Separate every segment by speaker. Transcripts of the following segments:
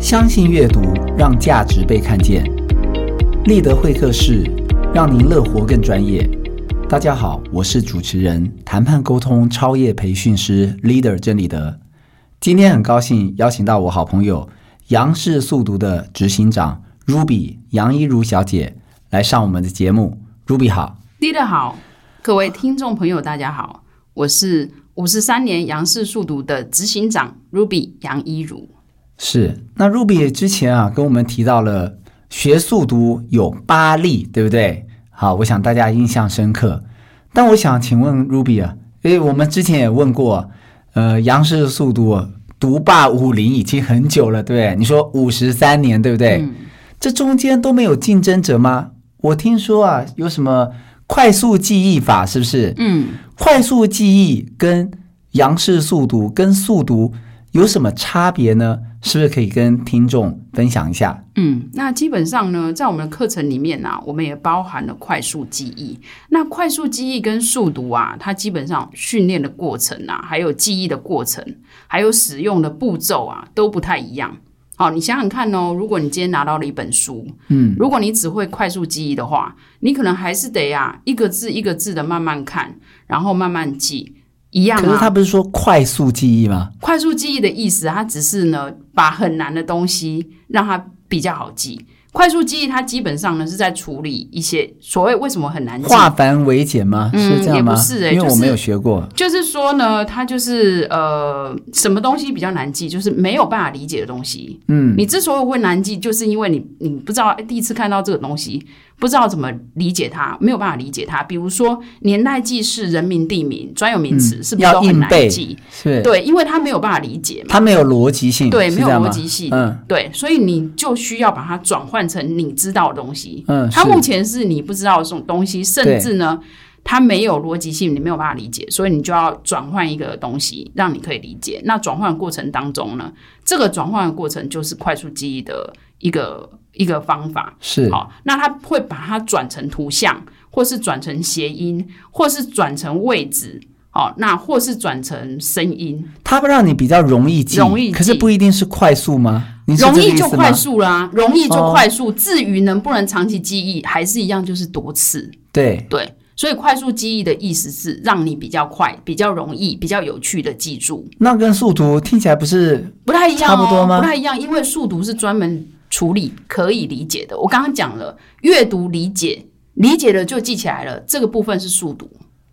Speaker 1: 相信阅读，让价值被看见。立德会客室，让您乐活更专业。大家好，我是主持人、谈判沟通超业培训师 Leader 真理德。今天很高兴邀请到我好朋友杨氏速读的执行长 Ruby 杨一如小姐来上我们的节目。Ruby 好，
Speaker 2: leader 好，各位听众朋友大家好，我是五十三年杨氏速读的执行长 Ruby 杨一如。
Speaker 1: 是那 Ruby 之前啊跟我们提到了学速读有八力，对不对？好，我想大家印象深刻。但我想请问 Ruby 啊，因为我们之前也问过，呃，杨氏速读啊独霸武林已经很久了，对不对？你说五十三年，对不对？
Speaker 2: 嗯
Speaker 1: 这中间都没有竞争者吗？我听说啊，有什么快速记忆法，是不是？
Speaker 2: 嗯，
Speaker 1: 快速记忆跟杨氏速读跟速读有什么差别呢？是不是可以跟听众分享一下？
Speaker 2: 嗯，那基本上呢，在我们的课程里面啊，我们也包含了快速记忆。那快速记忆跟速读啊，它基本上训练的过程啊，还有记忆的过程，还有使用的步骤啊，都不太一样。好，你想想看哦，如果你今天拿到了一本书，嗯，如果你只会快速记忆的话，你可能还是得啊，一个字一个字的慢慢看，然后慢慢记，一样、啊。
Speaker 1: 可是他不是说快速记忆吗？
Speaker 2: 快速记忆的意思，它只是呢把很难的东西让它比较好记。快速记忆它基本上呢是在处理一些所谓为什么很难嗯记，
Speaker 1: 化繁为简吗？
Speaker 2: 嗯
Speaker 1: 是这样吗？
Speaker 2: 也不是欸
Speaker 1: 因为
Speaker 2: 就
Speaker 1: 我
Speaker 2: 是
Speaker 1: 没有学过。
Speaker 2: 就是说呢，它就是呃什么东西比较难记，就是没有办法理解的东西。嗯，你之所以会难记，就是因为你你不知道哎第一次看到这个东西，不知道怎么理解它，没有办法理解它。比如说年代记事、人名、地名、专有名词，是不是
Speaker 1: 嗯要
Speaker 2: 都很
Speaker 1: 硬背
Speaker 2: 难记？
Speaker 1: 是
Speaker 2: 对，因为它没有办法理解嘛。
Speaker 1: 它没有逻辑性，
Speaker 2: 对，
Speaker 1: 嗯是
Speaker 2: 没有
Speaker 1: 这样吗
Speaker 2: 逻辑性。
Speaker 1: 嗯
Speaker 2: 对，所以你就需要把它转换成你知道的东西。
Speaker 1: 嗯，
Speaker 2: 它
Speaker 1: 是
Speaker 2: 目前是你不知道的这种东西，甚至呢，它没有逻辑性，你没有办法理解，所以你就要转换一个东西，让你可以理解。那转换过程当中呢，这个转换的过程就是快速记忆的一个一个方法。
Speaker 1: 是
Speaker 2: 好，那它会把它转成图像，或是转成谐音，或是转成位置。哦，那或是转成声音，
Speaker 1: 它让你比较容易记，
Speaker 2: 容易记
Speaker 1: 可是不一定是快速吗？你是这
Speaker 2: 容
Speaker 1: 个
Speaker 2: 易
Speaker 1: 意
Speaker 2: 就
Speaker 1: 思吗
Speaker 2: 快？速啦，容易
Speaker 1: 哦
Speaker 2: 就快速。至于能不能长期记忆，还是一样，就是多次。
Speaker 1: 对，
Speaker 2: 对，所以快速记忆的意思是让你比较快、比较容易、比较有趣的记住，
Speaker 1: 那跟速读听起来不是
Speaker 2: 不太一样、
Speaker 1: 差
Speaker 2: 哦，
Speaker 1: 不多吗
Speaker 2: 不太一样，因为速读是专门处理可以理解的。我刚刚讲了，阅读理解，理解了就记起来了，这个部分是速读。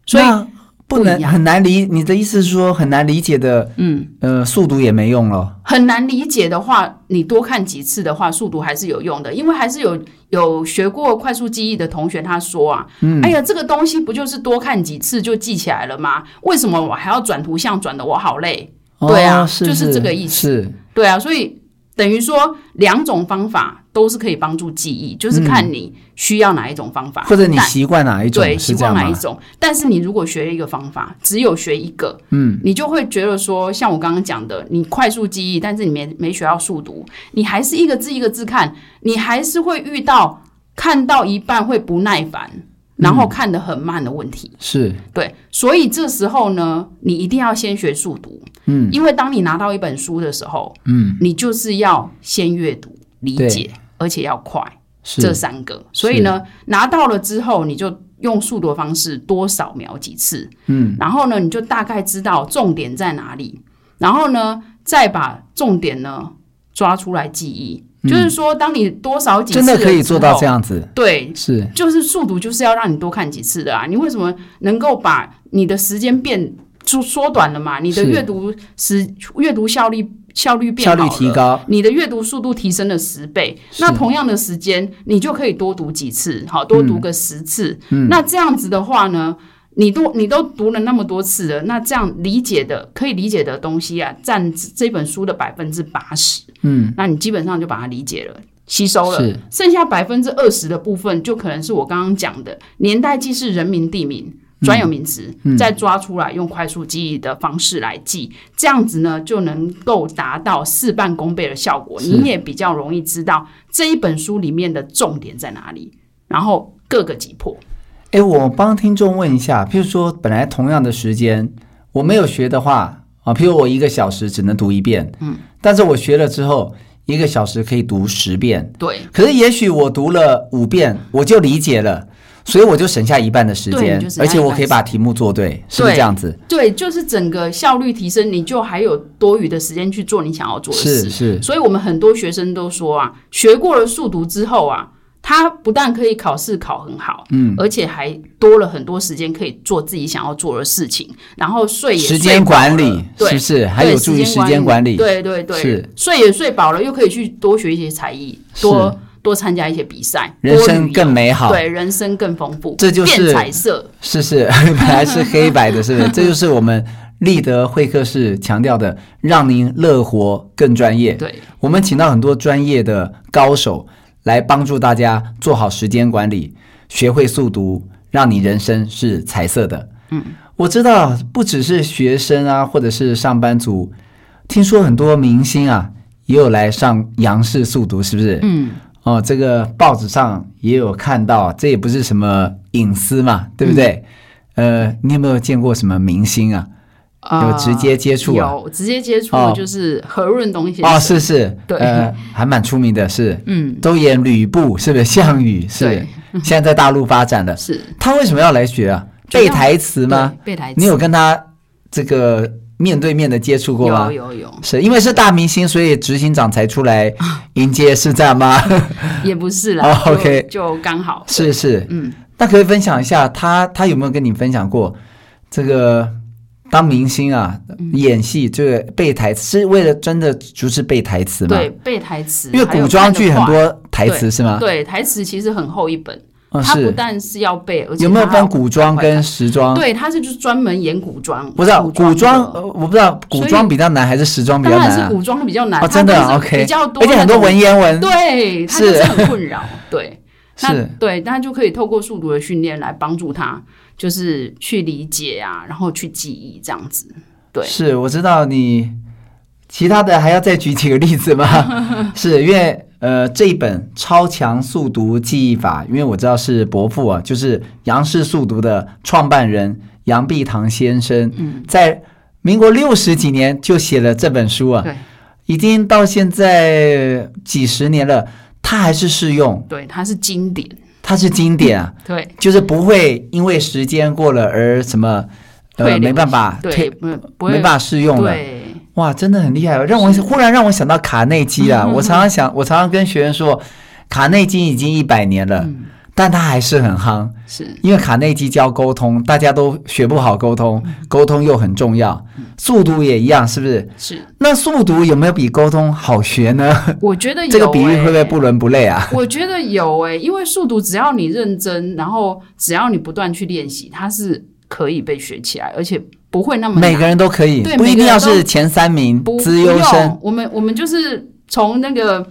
Speaker 2: 所以
Speaker 1: 那不能
Speaker 2: 不一样
Speaker 1: 很难理。你的意思是说很难理解的，嗯，呃，速读也没用了。
Speaker 2: 很难理解的话，你多看几次的话，速读还是有用的，因为还是有有学过快速记忆的同学他说啊，
Speaker 1: 嗯
Speaker 2: 哎呀，这个东西不就是多看几次就记起来了吗？为什么我还要转图像转的我好累？对啊
Speaker 1: 哦、是
Speaker 2: 就是这个意思
Speaker 1: 思。
Speaker 2: 对啊，所以等于说两种方法都是可以帮助记忆，就是看你需要哪一种方法，
Speaker 1: 嗯或者你
Speaker 2: 但
Speaker 1: 习惯哪一种？
Speaker 2: 对
Speaker 1: 是
Speaker 2: 习
Speaker 1: 这样
Speaker 2: 惯哪一
Speaker 1: 吗？
Speaker 2: 种。但是你如果学一个方法，只有学一个，嗯，你就会觉得说，像我刚刚讲的，你快速记忆，但是你没没学到速读，你还是一个字一个字看，你还是会遇到看到一半会不耐烦，然
Speaker 1: 嗯
Speaker 2: 后看得很慢的问题。
Speaker 1: 是
Speaker 2: 对，所以这时候呢，你一定要先学速读，嗯，因为当你拿到一本书的时候，嗯，你就是要先阅读、理
Speaker 1: 对
Speaker 2: 解，而且要快，这
Speaker 1: 是
Speaker 2: 三个。所以呢，拿到了之后，你就用速读的方式多扫描几次，嗯，然后呢，你就大概知道重点在哪里，然后呢，再把重点呢抓出来记忆。就是说，当你多扫几次
Speaker 1: 嗯真的可以做到这
Speaker 2: 样，
Speaker 1: 样子，
Speaker 2: 对，
Speaker 1: 是
Speaker 2: 就是速读就是要让你多看几次的啊！你为什么能够把你的时间变缩缩短了嘛？你
Speaker 1: 是
Speaker 2: 的阅读时阅读效率效率变
Speaker 1: 效率
Speaker 2: 好了
Speaker 1: 提，高。
Speaker 2: 你的阅读速度提升了十倍。
Speaker 1: 是
Speaker 2: 那同样的时间，你就可以多读几次，好，多读个十次。
Speaker 1: 嗯
Speaker 2: 那这样子的话呢？你都你都读了那么多次了，那这样理解的可以理解的东西啊，占这本书的百分之八十。
Speaker 1: 嗯，
Speaker 2: 那你基本上就把它理解了。吸收了
Speaker 1: 是，
Speaker 2: 剩下百分之二十的部分，就可能是我刚刚讲的年代记是人名、地名、专有名词，
Speaker 1: 嗯
Speaker 2: 再抓出来用快速记忆的方式来记，这样子呢就能够达到事半功倍的效果。
Speaker 1: 是
Speaker 2: 你也比较容易知道这一本书里面的重点在哪里，然后各个击破。
Speaker 1: 哎，我帮听众问一下，譬如说，本来同样的时间，我没有学的话啊，譬如我一个小时只能读一遍，嗯，但是我学了之后，一个小时可以读十遍，
Speaker 2: 对，
Speaker 1: 可是也许我读了五遍，我就理解了，所以我就省下一半的时
Speaker 2: 对
Speaker 1: 间
Speaker 2: 你就省，下
Speaker 1: 而且
Speaker 2: 一
Speaker 1: 我
Speaker 2: 半
Speaker 1: 可以把题目做对，是不是
Speaker 2: 对
Speaker 1: 这样子？
Speaker 2: 对，就是整个效率提升，你就还有多余的时间去做你想要做的
Speaker 1: 是
Speaker 2: 事。
Speaker 1: 是，
Speaker 2: 所以我们很多学生都说啊，学过了速读之后啊，他不但可以考试考很好，嗯，而且还多了很多时间可以做自己想要做的事情，然后睡也
Speaker 1: 时
Speaker 2: 睡
Speaker 1: 间
Speaker 2: 饱
Speaker 1: 管
Speaker 2: 了
Speaker 1: 理
Speaker 2: 对
Speaker 1: 是不是还有
Speaker 2: 对
Speaker 1: 助于时间管理？
Speaker 2: 对对对，
Speaker 1: 是
Speaker 2: 睡也睡饱了，又可以去多学一些才艺，多
Speaker 1: 是
Speaker 2: 多参加一些比赛，
Speaker 1: 人
Speaker 2: 多旅
Speaker 1: 生
Speaker 2: 游
Speaker 1: 更美好。
Speaker 2: 对人生更丰富，
Speaker 1: 这就是
Speaker 2: 变彩色，
Speaker 1: 是是， 本来是黑白的， 是不是？这就是我们立德会客室强调的，让您乐活更专业。
Speaker 2: 对
Speaker 1: 我们请到很多专业的高手来帮助大家做好时间管理，学会速读，让你人生是彩色的。嗯，我知道不只是学生啊，或者是上班族，听说很多明星啊也有来上杨氏速读，是不是？
Speaker 2: 嗯，
Speaker 1: 哦，这个报纸上也有看到，这也不是什么隐私嘛，对不对？
Speaker 2: 嗯
Speaker 1: 呃，你有没有见过什么明星啊？
Speaker 2: 呃
Speaker 1: 有直接接触啊
Speaker 2: 有直接接触
Speaker 1: 哦
Speaker 2: 就是何润东先生，
Speaker 1: 哦，是是，
Speaker 2: 对
Speaker 1: 呃，还蛮出名的，是，
Speaker 2: 嗯，
Speaker 1: 都演吕布，是不是？项羽是
Speaker 2: 对，
Speaker 1: 现在在大陆发展的，
Speaker 2: 是
Speaker 1: 他为什么要来学 啊？
Speaker 2: 就
Speaker 1: 背
Speaker 2: 要
Speaker 1: 台词吗？？
Speaker 2: 对背台词，
Speaker 1: 你有跟他这个面对面的接触过吗
Speaker 2: 有？有有，
Speaker 1: 是因为是大明星，所以执行长才出来迎接，是这样 吗？
Speaker 2: 也不是
Speaker 1: 哦
Speaker 2: 啦就
Speaker 1: OK
Speaker 2: 就刚好
Speaker 1: 是是，
Speaker 2: 嗯，
Speaker 1: 那可以分享一下他他有没有跟你分享过这个当明星啊，
Speaker 2: 嗯
Speaker 1: 演戏这个背台词是为了真的就是背台词吗？
Speaker 2: 对，背台词，
Speaker 1: 因为
Speaker 2: 还有
Speaker 1: 古装剧
Speaker 2: 看
Speaker 1: 很
Speaker 2: 的话。
Speaker 1: 多台词是吗？
Speaker 2: 对台词其实很厚一本，
Speaker 1: 嗯，
Speaker 2: 它不
Speaker 1: 是。
Speaker 2: 但是要背，而且
Speaker 1: 有没有
Speaker 2: 它还要
Speaker 1: 分古装跟时装？
Speaker 2: 对，他是就是专门演古装，
Speaker 1: 不知道古装，
Speaker 2: 的
Speaker 1: 呃我不知道古
Speaker 2: 所以
Speaker 1: 装比较难还是时装比
Speaker 2: 当
Speaker 1: 较
Speaker 2: 然
Speaker 1: 难
Speaker 2: 是
Speaker 1: 啊？
Speaker 2: 古装比较难，
Speaker 1: 哦，
Speaker 2: 它
Speaker 1: 真的
Speaker 2: 就是
Speaker 1: 啊 OK，
Speaker 2: 比较多
Speaker 1: 而且很多
Speaker 2: 那种
Speaker 1: 文言文，
Speaker 2: 对，他
Speaker 1: 是
Speaker 2: 就是很困 扰，对，那
Speaker 1: 是
Speaker 2: 对，那就可以透过速读的训练来帮助他，就是去理解啊，然后去记忆这样子。对
Speaker 1: 是，我知道你其他的还要再举几个例子 吗？是因为呃这一本《超强速读记忆法》，因为我知道是伯父啊，就是杨氏速读的创办人杨碧堂先生，
Speaker 2: 嗯
Speaker 1: 在民国六十几年就写了这本书啊，
Speaker 2: 对
Speaker 1: 已经到现在几十年了，它还是适用，
Speaker 2: 对，它是经典，
Speaker 1: 它是经典啊，
Speaker 2: 对，
Speaker 1: 就是不会因为时间过了而什么呃
Speaker 2: 退流
Speaker 1: 没办法
Speaker 2: 对，
Speaker 1: 退
Speaker 2: 不不
Speaker 1: 没
Speaker 2: 会
Speaker 1: 办法适用了。
Speaker 2: 对，
Speaker 1: 哇，真的很厉
Speaker 2: 嗯
Speaker 1: 害哦，让我忽然让我想到卡内基啦。我常常想，我常常跟学员说，卡内基已经一百年了，
Speaker 2: 嗯
Speaker 1: 但他还是很夯，
Speaker 2: 是
Speaker 1: 因为卡内基教沟通，大家都学不好沟通，
Speaker 2: 嗯
Speaker 1: 沟通又很重要，速读也一样，是不是？
Speaker 2: 是，
Speaker 1: 那速读有没有比沟通好学呢？
Speaker 2: 我觉得
Speaker 1: 这个
Speaker 2: 有
Speaker 1: 比喻
Speaker 2: 欸
Speaker 1: 会不会不伦不类啊？
Speaker 2: 我觉得有诶、因为速读只要你认真，然后只要你不断去练习，它是可以被学起来，而且不会那么难
Speaker 1: 每个人都可以，
Speaker 2: 哎对
Speaker 1: 不一
Speaker 2: 每个
Speaker 1: 定
Speaker 2: 人
Speaker 1: 要
Speaker 2: 都
Speaker 1: 是前三名
Speaker 2: 不
Speaker 1: 资优
Speaker 2: 不
Speaker 1: 生
Speaker 2: 用。我们我们就是从那个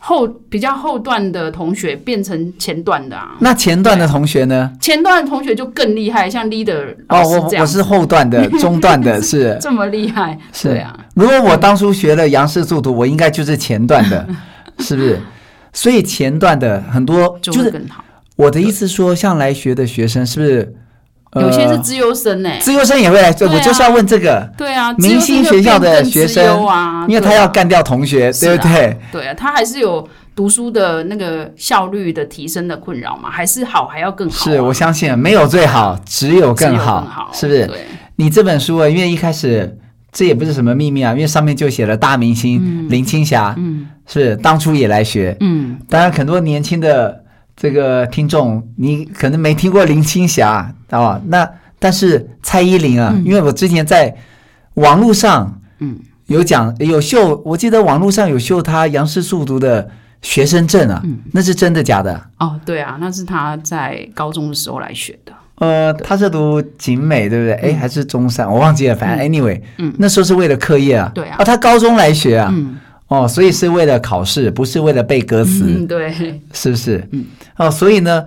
Speaker 2: 后比较后段的同学变成前段的啊，
Speaker 1: 那前段的同学呢？
Speaker 2: 前段的同学就更厉害，像 leader
Speaker 1: 哦，
Speaker 2: 老师
Speaker 1: 我
Speaker 2: 这
Speaker 1: 我
Speaker 2: 样、
Speaker 1: 是后段 的，中段的是。
Speaker 2: 这么厉害，
Speaker 1: 是
Speaker 2: 对啊，
Speaker 1: 如果我当初学了杨氏速读，我应该就是前段 的，是不是？所以前段的很多，
Speaker 2: 就
Speaker 1: 就
Speaker 2: 会
Speaker 1: 是
Speaker 2: 更好。
Speaker 1: 我的意思说，像来学的学生是不是？呃
Speaker 2: 有些是资优生呢、
Speaker 1: 自由生也会来，
Speaker 2: 对啊
Speaker 1: 我就是要问这个，
Speaker 2: 对啊，
Speaker 1: 明星学校的学生
Speaker 2: 资优就变更资优啊，
Speaker 1: 因为他
Speaker 2: 对啊
Speaker 1: 要干掉同学，
Speaker 2: 是
Speaker 1: 对
Speaker 2: 啊
Speaker 1: 不对？
Speaker 2: 对啊，他还是有读书的那个效率的提升的困扰嘛，还是好还要更好啊、
Speaker 1: 是我相信没有最好，只有
Speaker 2: 只有
Speaker 1: 更
Speaker 2: 更
Speaker 1: 好，是不是？
Speaker 2: 对，
Speaker 1: 你这本书啊，因为一开始这也不是什么秘密啊，因为上面就写了大明星林青霞，嗯，是当初也来学，
Speaker 2: 嗯，
Speaker 1: 当然，很多年轻的这个听众，你可能没听过林青霞哦，那但是蔡依林啊，因为我之前在网络上，
Speaker 2: 嗯，
Speaker 1: 有讲有秀，我记得网络上有秀她杨氏速读的学生证啊，
Speaker 2: 嗯
Speaker 1: 那是真的假的？
Speaker 2: 哦，对啊，那是他在高中的时候来学的，
Speaker 1: 呃，她是读景美，对不对？哎，还是中山，我忘记了，反正 anyway，
Speaker 2: 嗯
Speaker 1: 那时候是为了课业啊，
Speaker 2: 对啊
Speaker 1: 她高中来学啊，
Speaker 2: 嗯
Speaker 1: 哦，所以是为了考试，不是为了背歌词，
Speaker 2: 嗯，对，
Speaker 1: 是不是？
Speaker 2: 嗯，
Speaker 1: 哦，所以呢，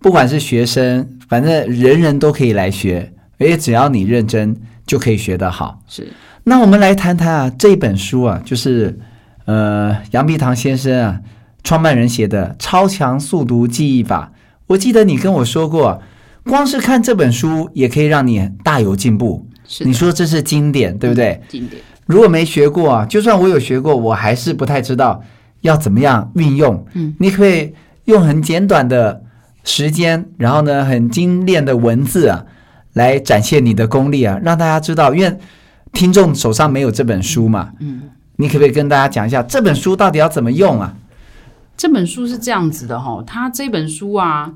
Speaker 1: 不管是学生，反正人人都可以来学，而且只要你认真，就可以学得好。
Speaker 2: 是
Speaker 1: 那我们来谈谈啊，这本书啊，就是呃杨碧堂先生啊，创办人写的《超强速读记忆法》。我记得你跟我说过，光是看这本书也可以让你大有进步。
Speaker 2: 是的
Speaker 1: 你说这是经典，对不对？
Speaker 2: 经典，
Speaker 1: 如果没学过啊，就算我有学过，我还是不太知道要怎么样运用。嗯，你可以用很简短的时间，然后呢，很精炼的文字啊，来展现你的功力啊，让大家知道，因为听众手上没有这本书嘛。嗯，你可不可以跟大家讲一下这本书到底要怎么用啊？
Speaker 2: 这本书是这样子的哈、它这本书啊，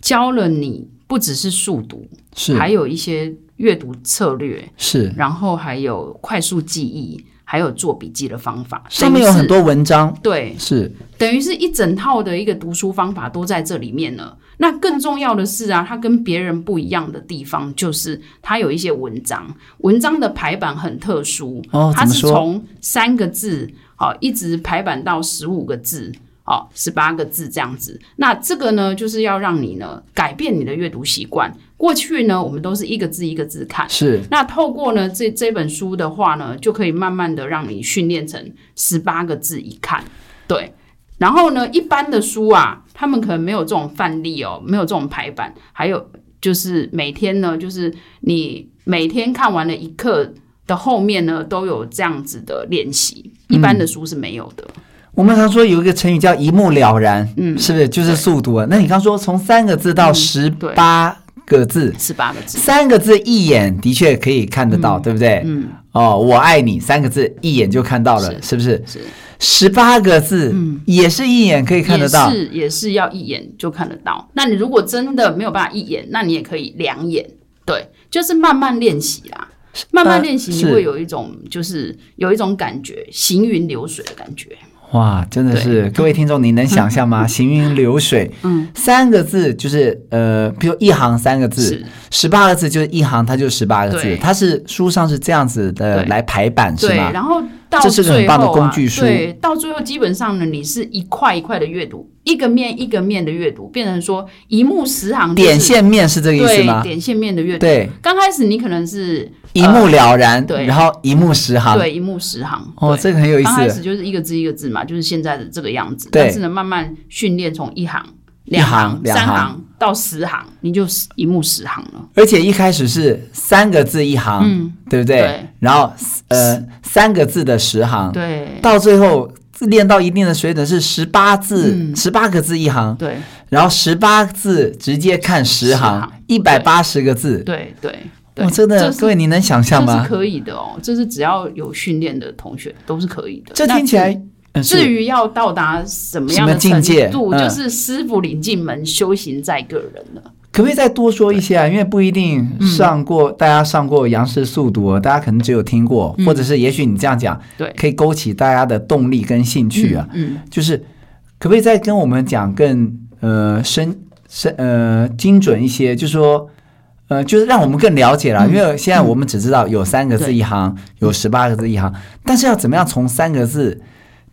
Speaker 2: 教了你不只是速读，
Speaker 1: 是
Speaker 2: 还有一些阅读策略，
Speaker 1: 是，
Speaker 2: 然后还有快速记忆，还有做笔记的方法。
Speaker 1: 上面有很
Speaker 2: 等于
Speaker 1: 多文章，
Speaker 2: 是对，
Speaker 1: 是
Speaker 2: 等于是一整套的一个读书方法都在这里面了。那更重要的是啊，它跟别人不一样的地方就是它有一些文章，文章的排版很特殊，
Speaker 1: 哦
Speaker 2: 它
Speaker 1: 怎么
Speaker 2: 是
Speaker 1: 说
Speaker 2: 从三个字好、一直排版到十五个字。好，十八个字这样子。那这个呢，就是要让你呢改变你的阅读习惯。过去呢，我们都是一个字一个字看，
Speaker 1: 是
Speaker 2: 那透过呢这这本书的话呢，就可以慢慢的让你训练成十八个字一看，对。然后呢，一般的书啊，他们可能没有这种范例哦，没有这种排版，还有就是每天呢，就是你每天看完了一课的后面呢，都有这样子的练习，一般的书是没有的。
Speaker 1: 我们常说有一个成语叫一目了然，嗯，是不是就是速读啊？那你刚说从三个字到十八个字，
Speaker 2: 十八个字，
Speaker 1: 三个字一眼的确可以看得到，对不对？嗯，哦，我爱你三个字一眼就看到了，是不是？
Speaker 2: 是
Speaker 1: 十八个字，也是一眼可以看得到
Speaker 2: 也，是也是要一眼就看得到。那你如果真的没有办法一眼，那你也可以两眼，对，就是慢慢练习啦。慢慢练习，
Speaker 1: 呃
Speaker 2: 你
Speaker 1: 是呃
Speaker 2: 会有一种、就是有一种感觉，行云流水的感觉。
Speaker 1: 哇，真的是各位听众，你能想象吗？行云流水，嗯，三个字就是呃，比如一行三个字
Speaker 2: 是，
Speaker 1: 十八个字就是一行，它就十八个字
Speaker 2: 对，
Speaker 1: 它是书上是这样子的
Speaker 2: 对
Speaker 1: 来排版是
Speaker 2: 对，
Speaker 1: 吗？
Speaker 2: 然后到
Speaker 1: 这是个很
Speaker 2: 最后
Speaker 1: 棒
Speaker 2: 啊，
Speaker 1: 的工具书
Speaker 2: 对，到最后基本上呢，你是一块一块的阅读，一个面一个面的阅读，变成说一目十行、就是，
Speaker 1: 点线面是这个意思
Speaker 2: 对
Speaker 1: 吗？
Speaker 2: 点线面的阅读。
Speaker 1: 对，
Speaker 2: 刚开始你可能是
Speaker 1: 一目了然，
Speaker 2: 对
Speaker 1: 然后一目十行。
Speaker 2: 对一目十行，
Speaker 1: 哦，
Speaker 2: 对
Speaker 1: 这个很有意
Speaker 2: 刚开始
Speaker 1: 思。
Speaker 2: 就是一个字一个字嘛，就是现在的这个样子。
Speaker 1: 对
Speaker 2: 但是呢，慢慢训练从一行、
Speaker 1: 一
Speaker 2: 两
Speaker 1: 行两
Speaker 2: 三
Speaker 1: 行
Speaker 2: 行到十行，你就一目十行了。
Speaker 1: 而且一开始是三个字一行，对不对？
Speaker 2: 嗯对
Speaker 1: 然后呃，三个字的十行，
Speaker 2: 对
Speaker 1: 到最后练到一定的水准是十八
Speaker 2: 嗯
Speaker 1: 字，十八、个字一行，
Speaker 2: 对
Speaker 1: 然后十八字直接看十
Speaker 2: 十
Speaker 1: 行
Speaker 2: 行，
Speaker 1: 一百八十个字。
Speaker 2: 对对对，
Speaker 1: 我真的，
Speaker 2: 这是
Speaker 1: 各位你能想象
Speaker 2: 这
Speaker 1: 吗
Speaker 2: 是？可以的哦，这是只要有训练的同学都是可以的。
Speaker 1: 这
Speaker 2: 那
Speaker 1: 听起来，嗯，
Speaker 2: 至。至
Speaker 1: 是
Speaker 2: 于要到达什么样
Speaker 1: 什
Speaker 2: 的
Speaker 1: 么境界
Speaker 2: 程度，
Speaker 1: 嗯
Speaker 2: 就是师傅领进门，修行在个人了。
Speaker 1: 可不可以再多说一些啊？因为不一定上过，大家上过杨氏速读哦，大家可能只有听过，或者是也许你这样讲，
Speaker 2: 嗯对
Speaker 1: 可以勾起大家的动力跟兴趣啊。
Speaker 2: 嗯，
Speaker 1: 就是可不可以再跟我们讲更呃深深呃精准一些？就是说呃，就是让我们更了解啦。因为现在我们只知道有三个字
Speaker 2: 嗯对
Speaker 1: 一行，有十八个字一行，但是要怎么样从三个字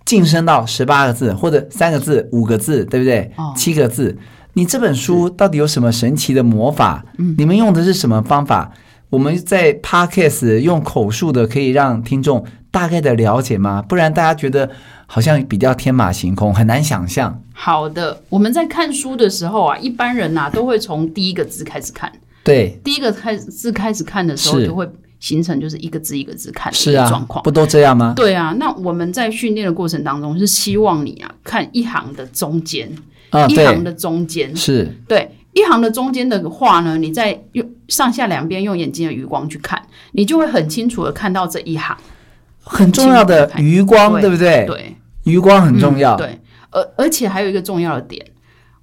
Speaker 1: 晋升到十八个字，或者三个字、五个字，对不对
Speaker 2: 哦？
Speaker 1: 七个字，你这本书到底有什么神奇的魔法？
Speaker 2: 嗯
Speaker 1: 你们用的是什么方法？我们在 podcast 用口述的，可以让听众大概的了解吗？不然大家觉得好像比较天马行空，很难想象。
Speaker 2: 好的，我们在看书的时候啊，一般人呐、都会从第一个字开始看。
Speaker 1: 对，
Speaker 2: 第一个开始字开始看的时候，
Speaker 1: 是
Speaker 2: 就会形成就是一个字一个字看的
Speaker 1: 是
Speaker 2: 一个
Speaker 1: 啊
Speaker 2: 状，况。
Speaker 1: 不都这样吗？
Speaker 2: 对啊，那我们在训练的过程当中，是希望你啊看一行的中间，
Speaker 1: 啊，
Speaker 2: 一行
Speaker 1: 对，
Speaker 2: 的中间，
Speaker 1: 是
Speaker 2: 对，一行的中间的话呢，你再用上下两边用眼睛的余光去看，你就会很清楚的看到这一行。
Speaker 1: 很重要的
Speaker 2: 看
Speaker 1: 余光，
Speaker 2: 对
Speaker 1: 对不对？啊
Speaker 2: 对，
Speaker 1: 余光很重要
Speaker 2: 嗯。对，而而且还有一个重要的点。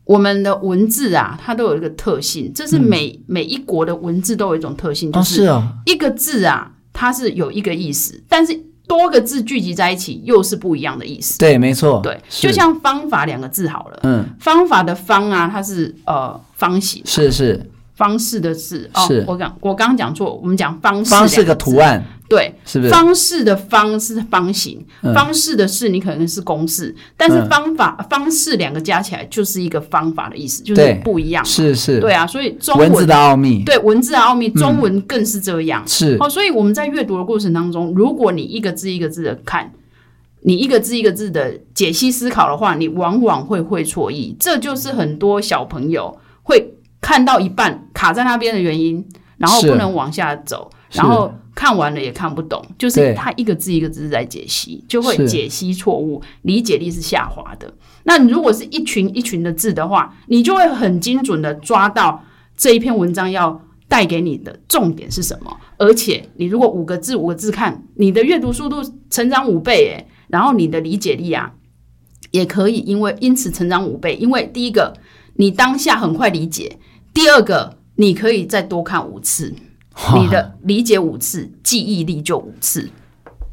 Speaker 2: 我们的文字啊，它都有一个特性，这是每、每一国的文字都有一种特性，就
Speaker 1: 嗯哦，
Speaker 2: 是
Speaker 1: 是哦，
Speaker 2: 一个字啊，它是有一个意思，但是多个字聚集在一起又是不一样的意思。
Speaker 1: 对，没错，
Speaker 2: 对，
Speaker 1: 哦是
Speaker 2: 就像方法两个字好了，
Speaker 1: 嗯，
Speaker 2: 方法的方啊，它是呃方形，
Speaker 1: 是是，
Speaker 2: 方式的式哦
Speaker 1: 是，
Speaker 2: 我讲我刚刚讲错，我们讲方式
Speaker 1: 方是个
Speaker 2: 两字
Speaker 1: 图，案，
Speaker 2: 对，
Speaker 1: 是不是？
Speaker 2: 方式的方是方形，
Speaker 1: 嗯
Speaker 2: 方式的式你可能是公式，但是
Speaker 1: 嗯
Speaker 2: 方法、方式两个加起来就是一个方法的意思，就
Speaker 1: 对
Speaker 2: 是不一样。
Speaker 1: 是是，
Speaker 2: 对啊，所以中
Speaker 1: 文字
Speaker 2: 文
Speaker 1: 的奥秘
Speaker 2: 对文字的啊奥秘，中文更是这样。
Speaker 1: 是
Speaker 2: 哦，所以我们在阅读的过程当中，如果你一个字一个字的看，你一个字一个字的解析思考的话，你往往会会错意，这就是很多小朋友会看到一半卡在那边的原因，然后
Speaker 1: 是
Speaker 2: 不能往下走，
Speaker 1: 是
Speaker 2: 然后看完了也看不懂，就
Speaker 1: 对
Speaker 2: 是他一个字一个字在解析，就会
Speaker 1: 是
Speaker 2: 解析错误，理解力是下滑的。那你如果是一群一群的字的话，你就会很精准的抓到这一篇文章要带给你的重点是什么。而且你如果五个字五个字看，你的阅读速度成长五倍诶，然后你的理解力啊也可以因为因此成长五倍，因为第一个你当下很快理解，第二个你可以再多看五次。你的理解五次，记忆力就五次。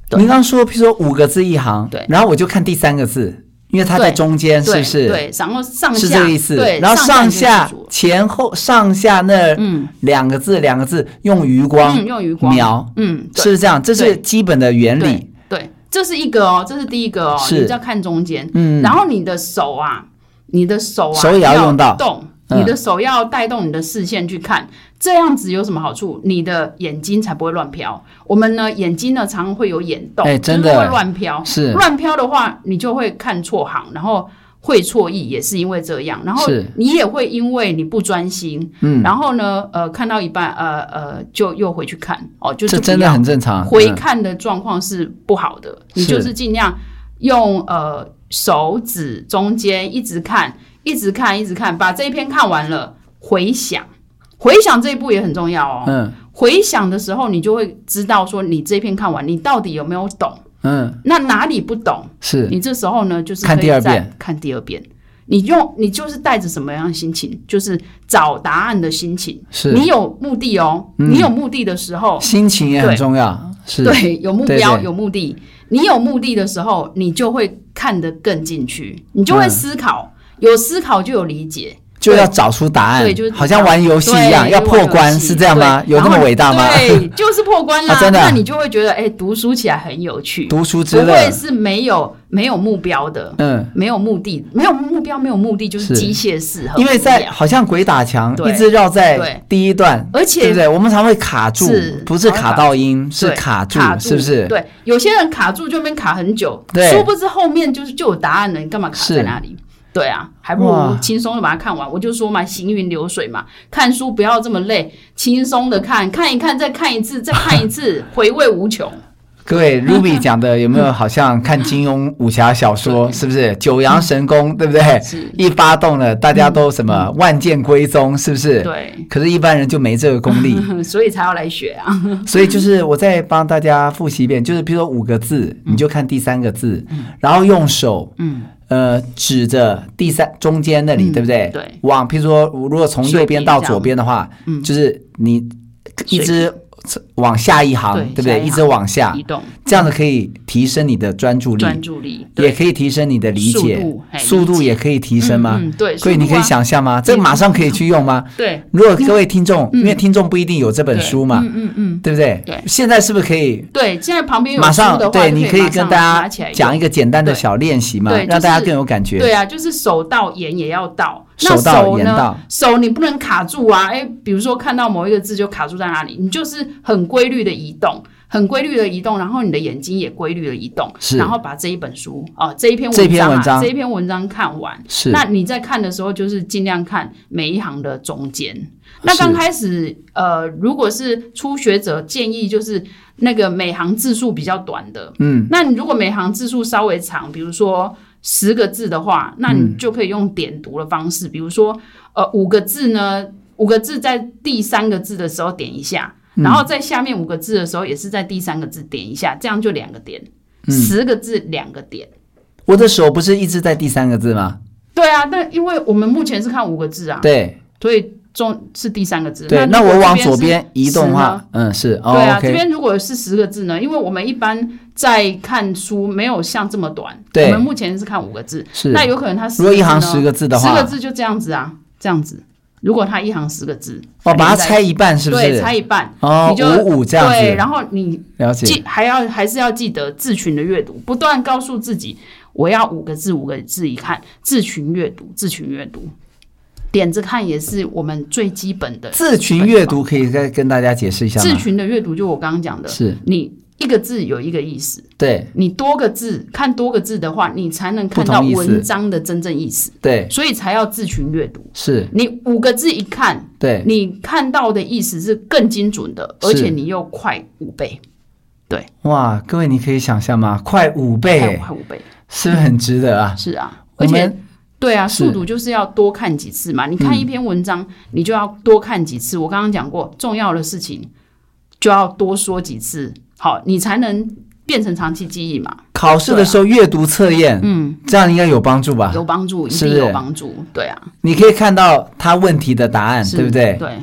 Speaker 2: 对
Speaker 1: 您刚刚说，譬如说五个字一行，
Speaker 2: 对
Speaker 1: 然后我就看第三个字，因为它在
Speaker 2: 对
Speaker 1: 中间，是
Speaker 2: 对
Speaker 1: 不是？
Speaker 2: 对，然后上下
Speaker 1: 是这个意思
Speaker 2: 对，。
Speaker 1: 然后上下
Speaker 2: 下你就记住了
Speaker 1: 前后上下那两个字，两个字用余光
Speaker 2: 嗯，用余光，
Speaker 1: 瞄，
Speaker 2: 嗯，
Speaker 1: 是
Speaker 2: 对
Speaker 1: 不是这样？这是
Speaker 2: 对
Speaker 1: 基本的原理。
Speaker 2: 对对，这是一个哦，这是第一个哦，
Speaker 1: 是
Speaker 2: 你要看中间，
Speaker 1: 嗯，
Speaker 2: 然后你的手啊，你的手啊，
Speaker 1: 手也要用到
Speaker 2: 动。
Speaker 1: 嗯
Speaker 2: 你的手要带动你的视线去看，这样子有什么好处？你的眼睛才不会乱飘。我们呢，眼睛呢常常会有眼动，
Speaker 1: 哎真的
Speaker 2: 就是会乱飘。
Speaker 1: 是
Speaker 2: 乱飘的话，你就会看错行，然后会错意，也是因为这样。然后
Speaker 1: 是
Speaker 2: 你也会因为你不专心，
Speaker 1: 嗯，
Speaker 2: 然后呢，呃，看到一半，呃呃，就又回去看，哦，就是
Speaker 1: 这
Speaker 2: 不
Speaker 1: 真的
Speaker 2: 要
Speaker 1: 很正常。
Speaker 2: 回
Speaker 1: 嗯
Speaker 2: 看的状况是不好的，你
Speaker 1: 是
Speaker 2: 就是尽量用呃手指中间一直看，一直看，一直看，把这一篇看完了，回想，回想这一步也很重要哦。
Speaker 1: 嗯
Speaker 2: 回想的时候，你就会知道说你这一篇看完，你到底有没有懂，
Speaker 1: 嗯，
Speaker 2: 那哪里不懂，
Speaker 1: 是
Speaker 2: 你这时候呢，就是
Speaker 1: 看
Speaker 2: 可以
Speaker 1: 第二
Speaker 2: 再
Speaker 1: 遍，
Speaker 2: 看第二遍。你用你就是带着什么样的心情，就是找答案的心情。
Speaker 1: 是
Speaker 2: 你有目的哦，
Speaker 1: 嗯
Speaker 2: 你有目的的时候，
Speaker 1: 心情也很
Speaker 2: 对
Speaker 1: 重要。是
Speaker 2: 对，有目
Speaker 1: 对
Speaker 2: 标，
Speaker 1: 对
Speaker 2: 有目的。你有目的的时候，你就会看得更进去，你就会
Speaker 1: 嗯
Speaker 2: 思考，有思考就有理解，
Speaker 1: 就要找出答案，
Speaker 2: 对就是
Speaker 1: 哎好像玩游戏一样，
Speaker 2: 对
Speaker 1: 要
Speaker 2: 就是玩
Speaker 1: 破
Speaker 2: 游
Speaker 1: 关，
Speaker 2: 戏
Speaker 1: 是这样吗？
Speaker 2: 对
Speaker 1: 有那
Speaker 2: 然
Speaker 1: 么
Speaker 2: 后
Speaker 1: 伟大吗？
Speaker 2: 对，就是破关 啦。
Speaker 1: 啊真的啊
Speaker 2: 那你就会觉得，哎、读书起来很有趣，
Speaker 1: 读书之
Speaker 2: 不会
Speaker 1: 乐，
Speaker 2: 是没有没有目标的，
Speaker 1: 嗯，
Speaker 2: 没有目的，没有目标，没有目的就是
Speaker 1: 是
Speaker 2: 机械式，很
Speaker 1: 因为
Speaker 2: 无
Speaker 1: 在
Speaker 2: 聊
Speaker 1: 好像鬼打墙，
Speaker 2: 对
Speaker 1: 一直绕在
Speaker 2: 对
Speaker 1: 第一段，
Speaker 2: 而
Speaker 1: 对
Speaker 2: 且
Speaker 1: 不对？我们常会卡住
Speaker 2: 是，
Speaker 1: 不是卡到音，是
Speaker 2: 对
Speaker 1: 卡住
Speaker 2: 卡，
Speaker 1: 是不是？
Speaker 2: 对，有些人卡住就边卡很久，
Speaker 1: 对
Speaker 2: 殊不知后面就是就有答案了，你干嘛卡
Speaker 1: 是
Speaker 2: 在那里？对啊，还不
Speaker 1: 哇
Speaker 2: 如轻松的把它看完。我就说嘛，行云流水嘛，看书不要这么累，轻松的看，看一看，再看一次，再看 一次，回味无穷。
Speaker 1: 各位，Ruby 讲的有没 有好像看金庸武侠小说，是不是九阳神功，对不 对？
Speaker 2: 是，
Speaker 1: 一发动了，大家都什么万剑归宗，是不是？
Speaker 2: 对，
Speaker 1: 可是，一般人就没这个功力，
Speaker 2: 所以才要来学啊。
Speaker 1: 所以就是我再帮大家复习一遍，就是比如说五个字，你就看第三个字，然后用手，
Speaker 2: 嗯，
Speaker 1: 呃，指着第三中间那里，
Speaker 2: 嗯
Speaker 1: 对不对？
Speaker 2: 对。
Speaker 1: 往，譬如说，如果从右边到左边的话，
Speaker 2: 嗯
Speaker 1: 就是你一
Speaker 2: 水
Speaker 1: 直往下一行，
Speaker 2: 对
Speaker 1: 对不对？
Speaker 2: 下一行
Speaker 1: 直往下
Speaker 2: 移，动
Speaker 1: 这样子可以提升你的专啊注力，
Speaker 2: 专注力，
Speaker 1: 也
Speaker 2: 对，
Speaker 1: 可以提升你的理解
Speaker 2: 速度，嘿
Speaker 1: 速度
Speaker 2: 理解
Speaker 1: 也可以提升吗？
Speaker 2: 嗯，嗯对，
Speaker 1: 所以你
Speaker 2: 速度
Speaker 1: 可
Speaker 2: 啊嗯
Speaker 1: 以，想象吗？这马上可以去用吗？
Speaker 2: 对，
Speaker 1: 如果各位听众，因为听众不一定有这本书嘛，
Speaker 2: 嗯嗯嗯，
Speaker 1: 对不对？
Speaker 2: 对
Speaker 1: 现在是不是可以
Speaker 2: 对，现在旁边有
Speaker 1: 马
Speaker 2: 书
Speaker 1: 上
Speaker 2: 的话
Speaker 1: 对？
Speaker 2: 就
Speaker 1: 你
Speaker 2: 可
Speaker 1: 可以跟
Speaker 2: 马上
Speaker 1: 大
Speaker 2: 拿起
Speaker 1: 家
Speaker 2: 来
Speaker 1: 讲一
Speaker 2: 用
Speaker 1: 个简单的小练习嘛，
Speaker 2: 对
Speaker 1: 让大家
Speaker 2: 就是
Speaker 1: 更有感觉。
Speaker 2: 对啊，就是手到眼也要到，
Speaker 1: 手
Speaker 2: 那
Speaker 1: 到
Speaker 2: 手
Speaker 1: 眼到
Speaker 2: 呢？手你不能卡住啊！哎，比如说看到某一个字就卡住在那里，你就是很规律的移动，很规律的移动，然后你的眼睛也规律的移动
Speaker 1: 是，
Speaker 2: 然后把这一本书啊、这一篇
Speaker 1: 这
Speaker 2: 文
Speaker 1: 篇
Speaker 2: 章啊
Speaker 1: 文章
Speaker 2: 这一篇文章看完。
Speaker 1: 是
Speaker 2: 那你在看的时候，就是尽量看每一行的中间。那刚开始，呃，如果是初学者，建议就是那个每行字数比较短的。
Speaker 1: 嗯，
Speaker 2: 那你如果每行字数稍微长，比如说十个字的话，那你就可以用点读的方式，比如说，呃，五个字呢，五个字在第三个字的时候点一下，
Speaker 1: 嗯
Speaker 2: 然后在下面五个字的时候也是在第三个字点一下，这样就两个点，
Speaker 1: 嗯
Speaker 2: 十个字两个点。
Speaker 1: 我的手不是一直在第三个字吗？
Speaker 2: 对啊，但因为我们目前是看五个字啊，
Speaker 1: 对
Speaker 2: 所以中是第三个字。
Speaker 1: 对，那
Speaker 2: 如果
Speaker 1: 我往
Speaker 2: 这边
Speaker 1: 左
Speaker 2: 是
Speaker 1: 边移动的
Speaker 2: 十
Speaker 1: 话
Speaker 2: 呢，
Speaker 1: 嗯，是哦
Speaker 2: 对啊，这
Speaker 1: ，OK，
Speaker 2: 边如果是十个字呢，因为我们一般在看书没有像这么短，
Speaker 1: 对
Speaker 2: 我们目前是看五个字，
Speaker 1: 是
Speaker 2: 那有可能它
Speaker 1: 如果一行十
Speaker 2: 十
Speaker 1: 个字的话
Speaker 2: 十个字就这样子啊，这样子。如果它一行十个字，
Speaker 1: 哦，把它
Speaker 2: 连在
Speaker 1: 拆一半是不
Speaker 2: 对，
Speaker 1: 是？
Speaker 2: 拆一半，
Speaker 1: 哦
Speaker 2: 你，就
Speaker 1: 五五这样
Speaker 2: 对，
Speaker 1: 子，
Speaker 2: 然后你
Speaker 1: 了解
Speaker 2: 记还要还是要记得字群的阅读，不断告诉自己，我要五个字五个字一看，字群阅读，字群阅读，点着看也是我们最基本的
Speaker 1: 字群阅读可以再跟大家解释一下
Speaker 2: 字
Speaker 1: 吗？
Speaker 2: 群的阅读，就我刚刚讲的，
Speaker 1: 是
Speaker 2: 你一个字有一个意思，
Speaker 1: 对
Speaker 2: 你多个字看多个字的话，你才能看
Speaker 1: 不
Speaker 2: 到
Speaker 1: 同意思
Speaker 2: 文章的真正意思，
Speaker 1: 对
Speaker 2: 所以才要自群阅读。
Speaker 1: 是，
Speaker 2: 你五个字一看，
Speaker 1: 对
Speaker 2: 你看到的意思是更精准的，
Speaker 1: 是
Speaker 2: 而且你又快五倍，
Speaker 1: 哇，各位你可以想象吗？快五
Speaker 2: 快
Speaker 1: 倍，
Speaker 2: 快五倍，
Speaker 1: 是不是很值得啊？
Speaker 2: 是啊，
Speaker 1: 哎我
Speaker 2: 而且。
Speaker 1: 们
Speaker 2: 对啊，
Speaker 1: 是
Speaker 2: 速读就是要多看几次嘛。你看一篇文章，你就要多看几次。我刚刚讲过，重要的事情就要多说几次，好，你才能变成长期记忆嘛，
Speaker 1: 考试的时候阅读测验，嗯，这样应该有帮助吧？
Speaker 2: 啊有帮助，一
Speaker 1: 啊是
Speaker 2: 定有帮助。对啊，
Speaker 1: 你可以看到他问题的答案，嗯
Speaker 2: 是
Speaker 1: 对不对？
Speaker 2: 对，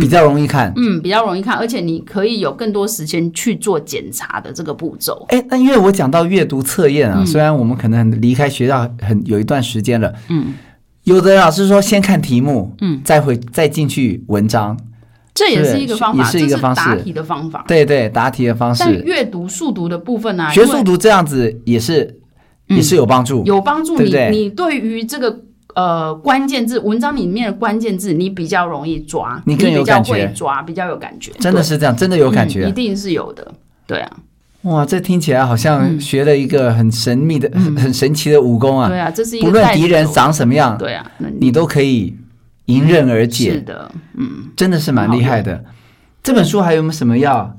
Speaker 1: 比较容易看。
Speaker 2: 嗯，比较容易看，而且你可以有更多时间去做检查的这个步骤。
Speaker 1: 哎，那因为我讲到阅读测验
Speaker 2: 嗯
Speaker 1: 啊，虽然我们可能离开学校很有一段时间了，嗯，有的老师说先看题目，嗯，再回再进去文章，
Speaker 2: 这也
Speaker 1: 是
Speaker 2: 是一个方
Speaker 1: 也
Speaker 2: 法，
Speaker 1: 是一个
Speaker 2: 这
Speaker 1: 方式
Speaker 2: 是答题的方法。
Speaker 1: 对对，答题的方
Speaker 2: 但
Speaker 1: 式，
Speaker 2: 阅读速读的部分呢、啊，
Speaker 1: 学
Speaker 2: 因为
Speaker 1: 速读这样子也是也是有帮助，
Speaker 2: 嗯有帮助你，
Speaker 1: 对不对
Speaker 2: 你对于这个呃关键字文章里面的关键字，你比较容易抓，
Speaker 1: 你
Speaker 2: 你
Speaker 1: 更有感觉
Speaker 2: 比较会抓，比较有感觉，
Speaker 1: 真的
Speaker 2: 对
Speaker 1: 是这样，真的有感
Speaker 2: 嗯一
Speaker 1: 觉。
Speaker 2: 定是有的，对啊，
Speaker 1: 哇，这听起来好像学了一个很神秘的、很很神奇的武功啊！
Speaker 2: 嗯对啊，这是一
Speaker 1: 不
Speaker 2: 个
Speaker 1: 论
Speaker 2: 带
Speaker 1: 敌
Speaker 2: 着
Speaker 1: 人
Speaker 2: 走
Speaker 1: 长什么样，
Speaker 2: 对啊，那
Speaker 1: 你都可以迎刃而
Speaker 2: 是
Speaker 1: 解，
Speaker 2: 的，嗯
Speaker 1: 真的是蛮厉害的。这本书还有没有什么要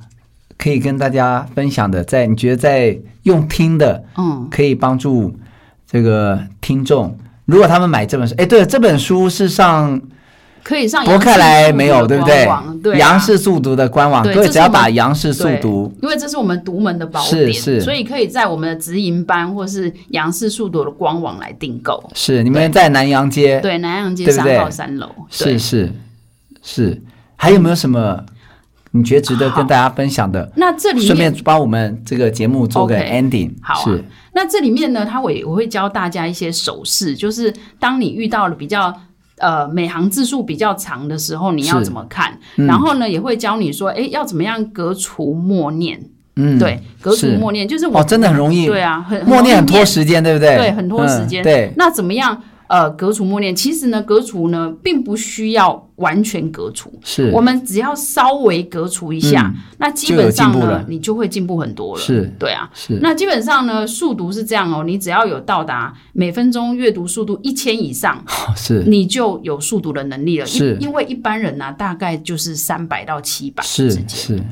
Speaker 1: 可以跟大家分享的？在你觉得在用听的
Speaker 2: 嗯，
Speaker 1: 可以帮助这个听众，如果他们买这本书，哎，对了，这本书是上
Speaker 2: 可以上
Speaker 1: 博客来没有，对
Speaker 2: 对
Speaker 1: 不对？
Speaker 2: 对啊，
Speaker 1: 杨氏速读的官网，
Speaker 2: 对
Speaker 1: 各位
Speaker 2: 这是
Speaker 1: 只要
Speaker 2: 我们
Speaker 1: 打杨氏速
Speaker 2: 对
Speaker 1: 读，
Speaker 2: 因为这是我们独门的宝
Speaker 1: 是
Speaker 2: 典，
Speaker 1: 是
Speaker 2: 所以可以在我们的直营班或是杨氏速读的官网来订购。
Speaker 1: 是你们在南洋街，
Speaker 2: 对，南洋街
Speaker 1: 对不
Speaker 2: 三
Speaker 1: 对
Speaker 2: 号三楼，对
Speaker 1: 是是是，还有没有什么你觉得值得跟大家分享的？
Speaker 2: 那这里面
Speaker 1: 顺便帮我们这个节目做个
Speaker 2: OK，
Speaker 1: ending，
Speaker 2: 好啊
Speaker 1: 是
Speaker 2: 那这里面呢，它我也我会教大家一些手势，就是当你遇到了比较。呃，每行字数比较长的时候，你要
Speaker 1: 是嗯
Speaker 2: 怎么看？然后呢，也会教你说，哎，要怎么样革除默念？
Speaker 1: 嗯，
Speaker 2: 对，革除
Speaker 1: 是
Speaker 2: 默念就是我，
Speaker 1: 哦，真的很容易，
Speaker 2: 对啊，很
Speaker 1: 默念很
Speaker 2: 容易
Speaker 1: 拖时间，对不对？
Speaker 2: 对，很拖时
Speaker 1: 嗯
Speaker 2: 间。
Speaker 1: 对，
Speaker 2: 那怎么样？呃，革除默念，其实呢，革除呢，并不需要完全革除，
Speaker 1: 是嗯
Speaker 2: 我们只要稍微革除一下，那基本上
Speaker 1: 就有进步
Speaker 2: 呢
Speaker 1: 了，
Speaker 2: 你就会进步很多了。
Speaker 1: 是
Speaker 2: 对啊，
Speaker 1: 是
Speaker 2: 那基本上呢，速读是这样哦，你只要有到达每分钟阅读速度一千以上，
Speaker 1: 哦是
Speaker 2: 你就有速读的能力了。因
Speaker 1: 是
Speaker 2: 因为一般人呢、大概就是三百到七百之
Speaker 1: 是
Speaker 2: 间。
Speaker 1: 是，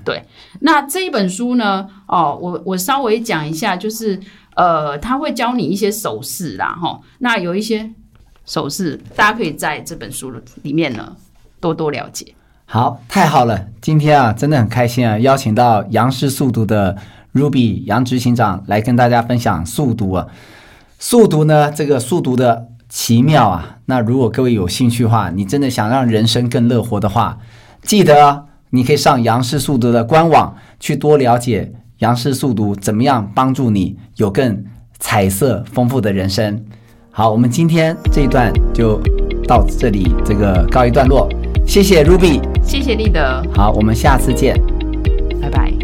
Speaker 2: 那这一本书呢，哦，我我稍微讲一下，就是呃，他会教你一些手势啦，哈、那有一些手势，大家可以在这本书里面呢多多了解。
Speaker 1: 好，太好了！今天啊，真的很开心啊，邀请到杨氏速读的 Ruby 杨执行长来跟大家分享速读啊。速读呢，这个速读的奇妙啊，那如果各位有兴趣的话，你真的想让人生更乐活的话，记得啊你可以上杨氏速读的官网去多了解杨氏速读怎么样帮助你有更彩色丰富的人生。好，我们今天这一段就到这里，这个告一段落。谢谢 Ruby，
Speaker 2: 谢谢立德，
Speaker 1: 好，我们下次见。
Speaker 2: 拜拜。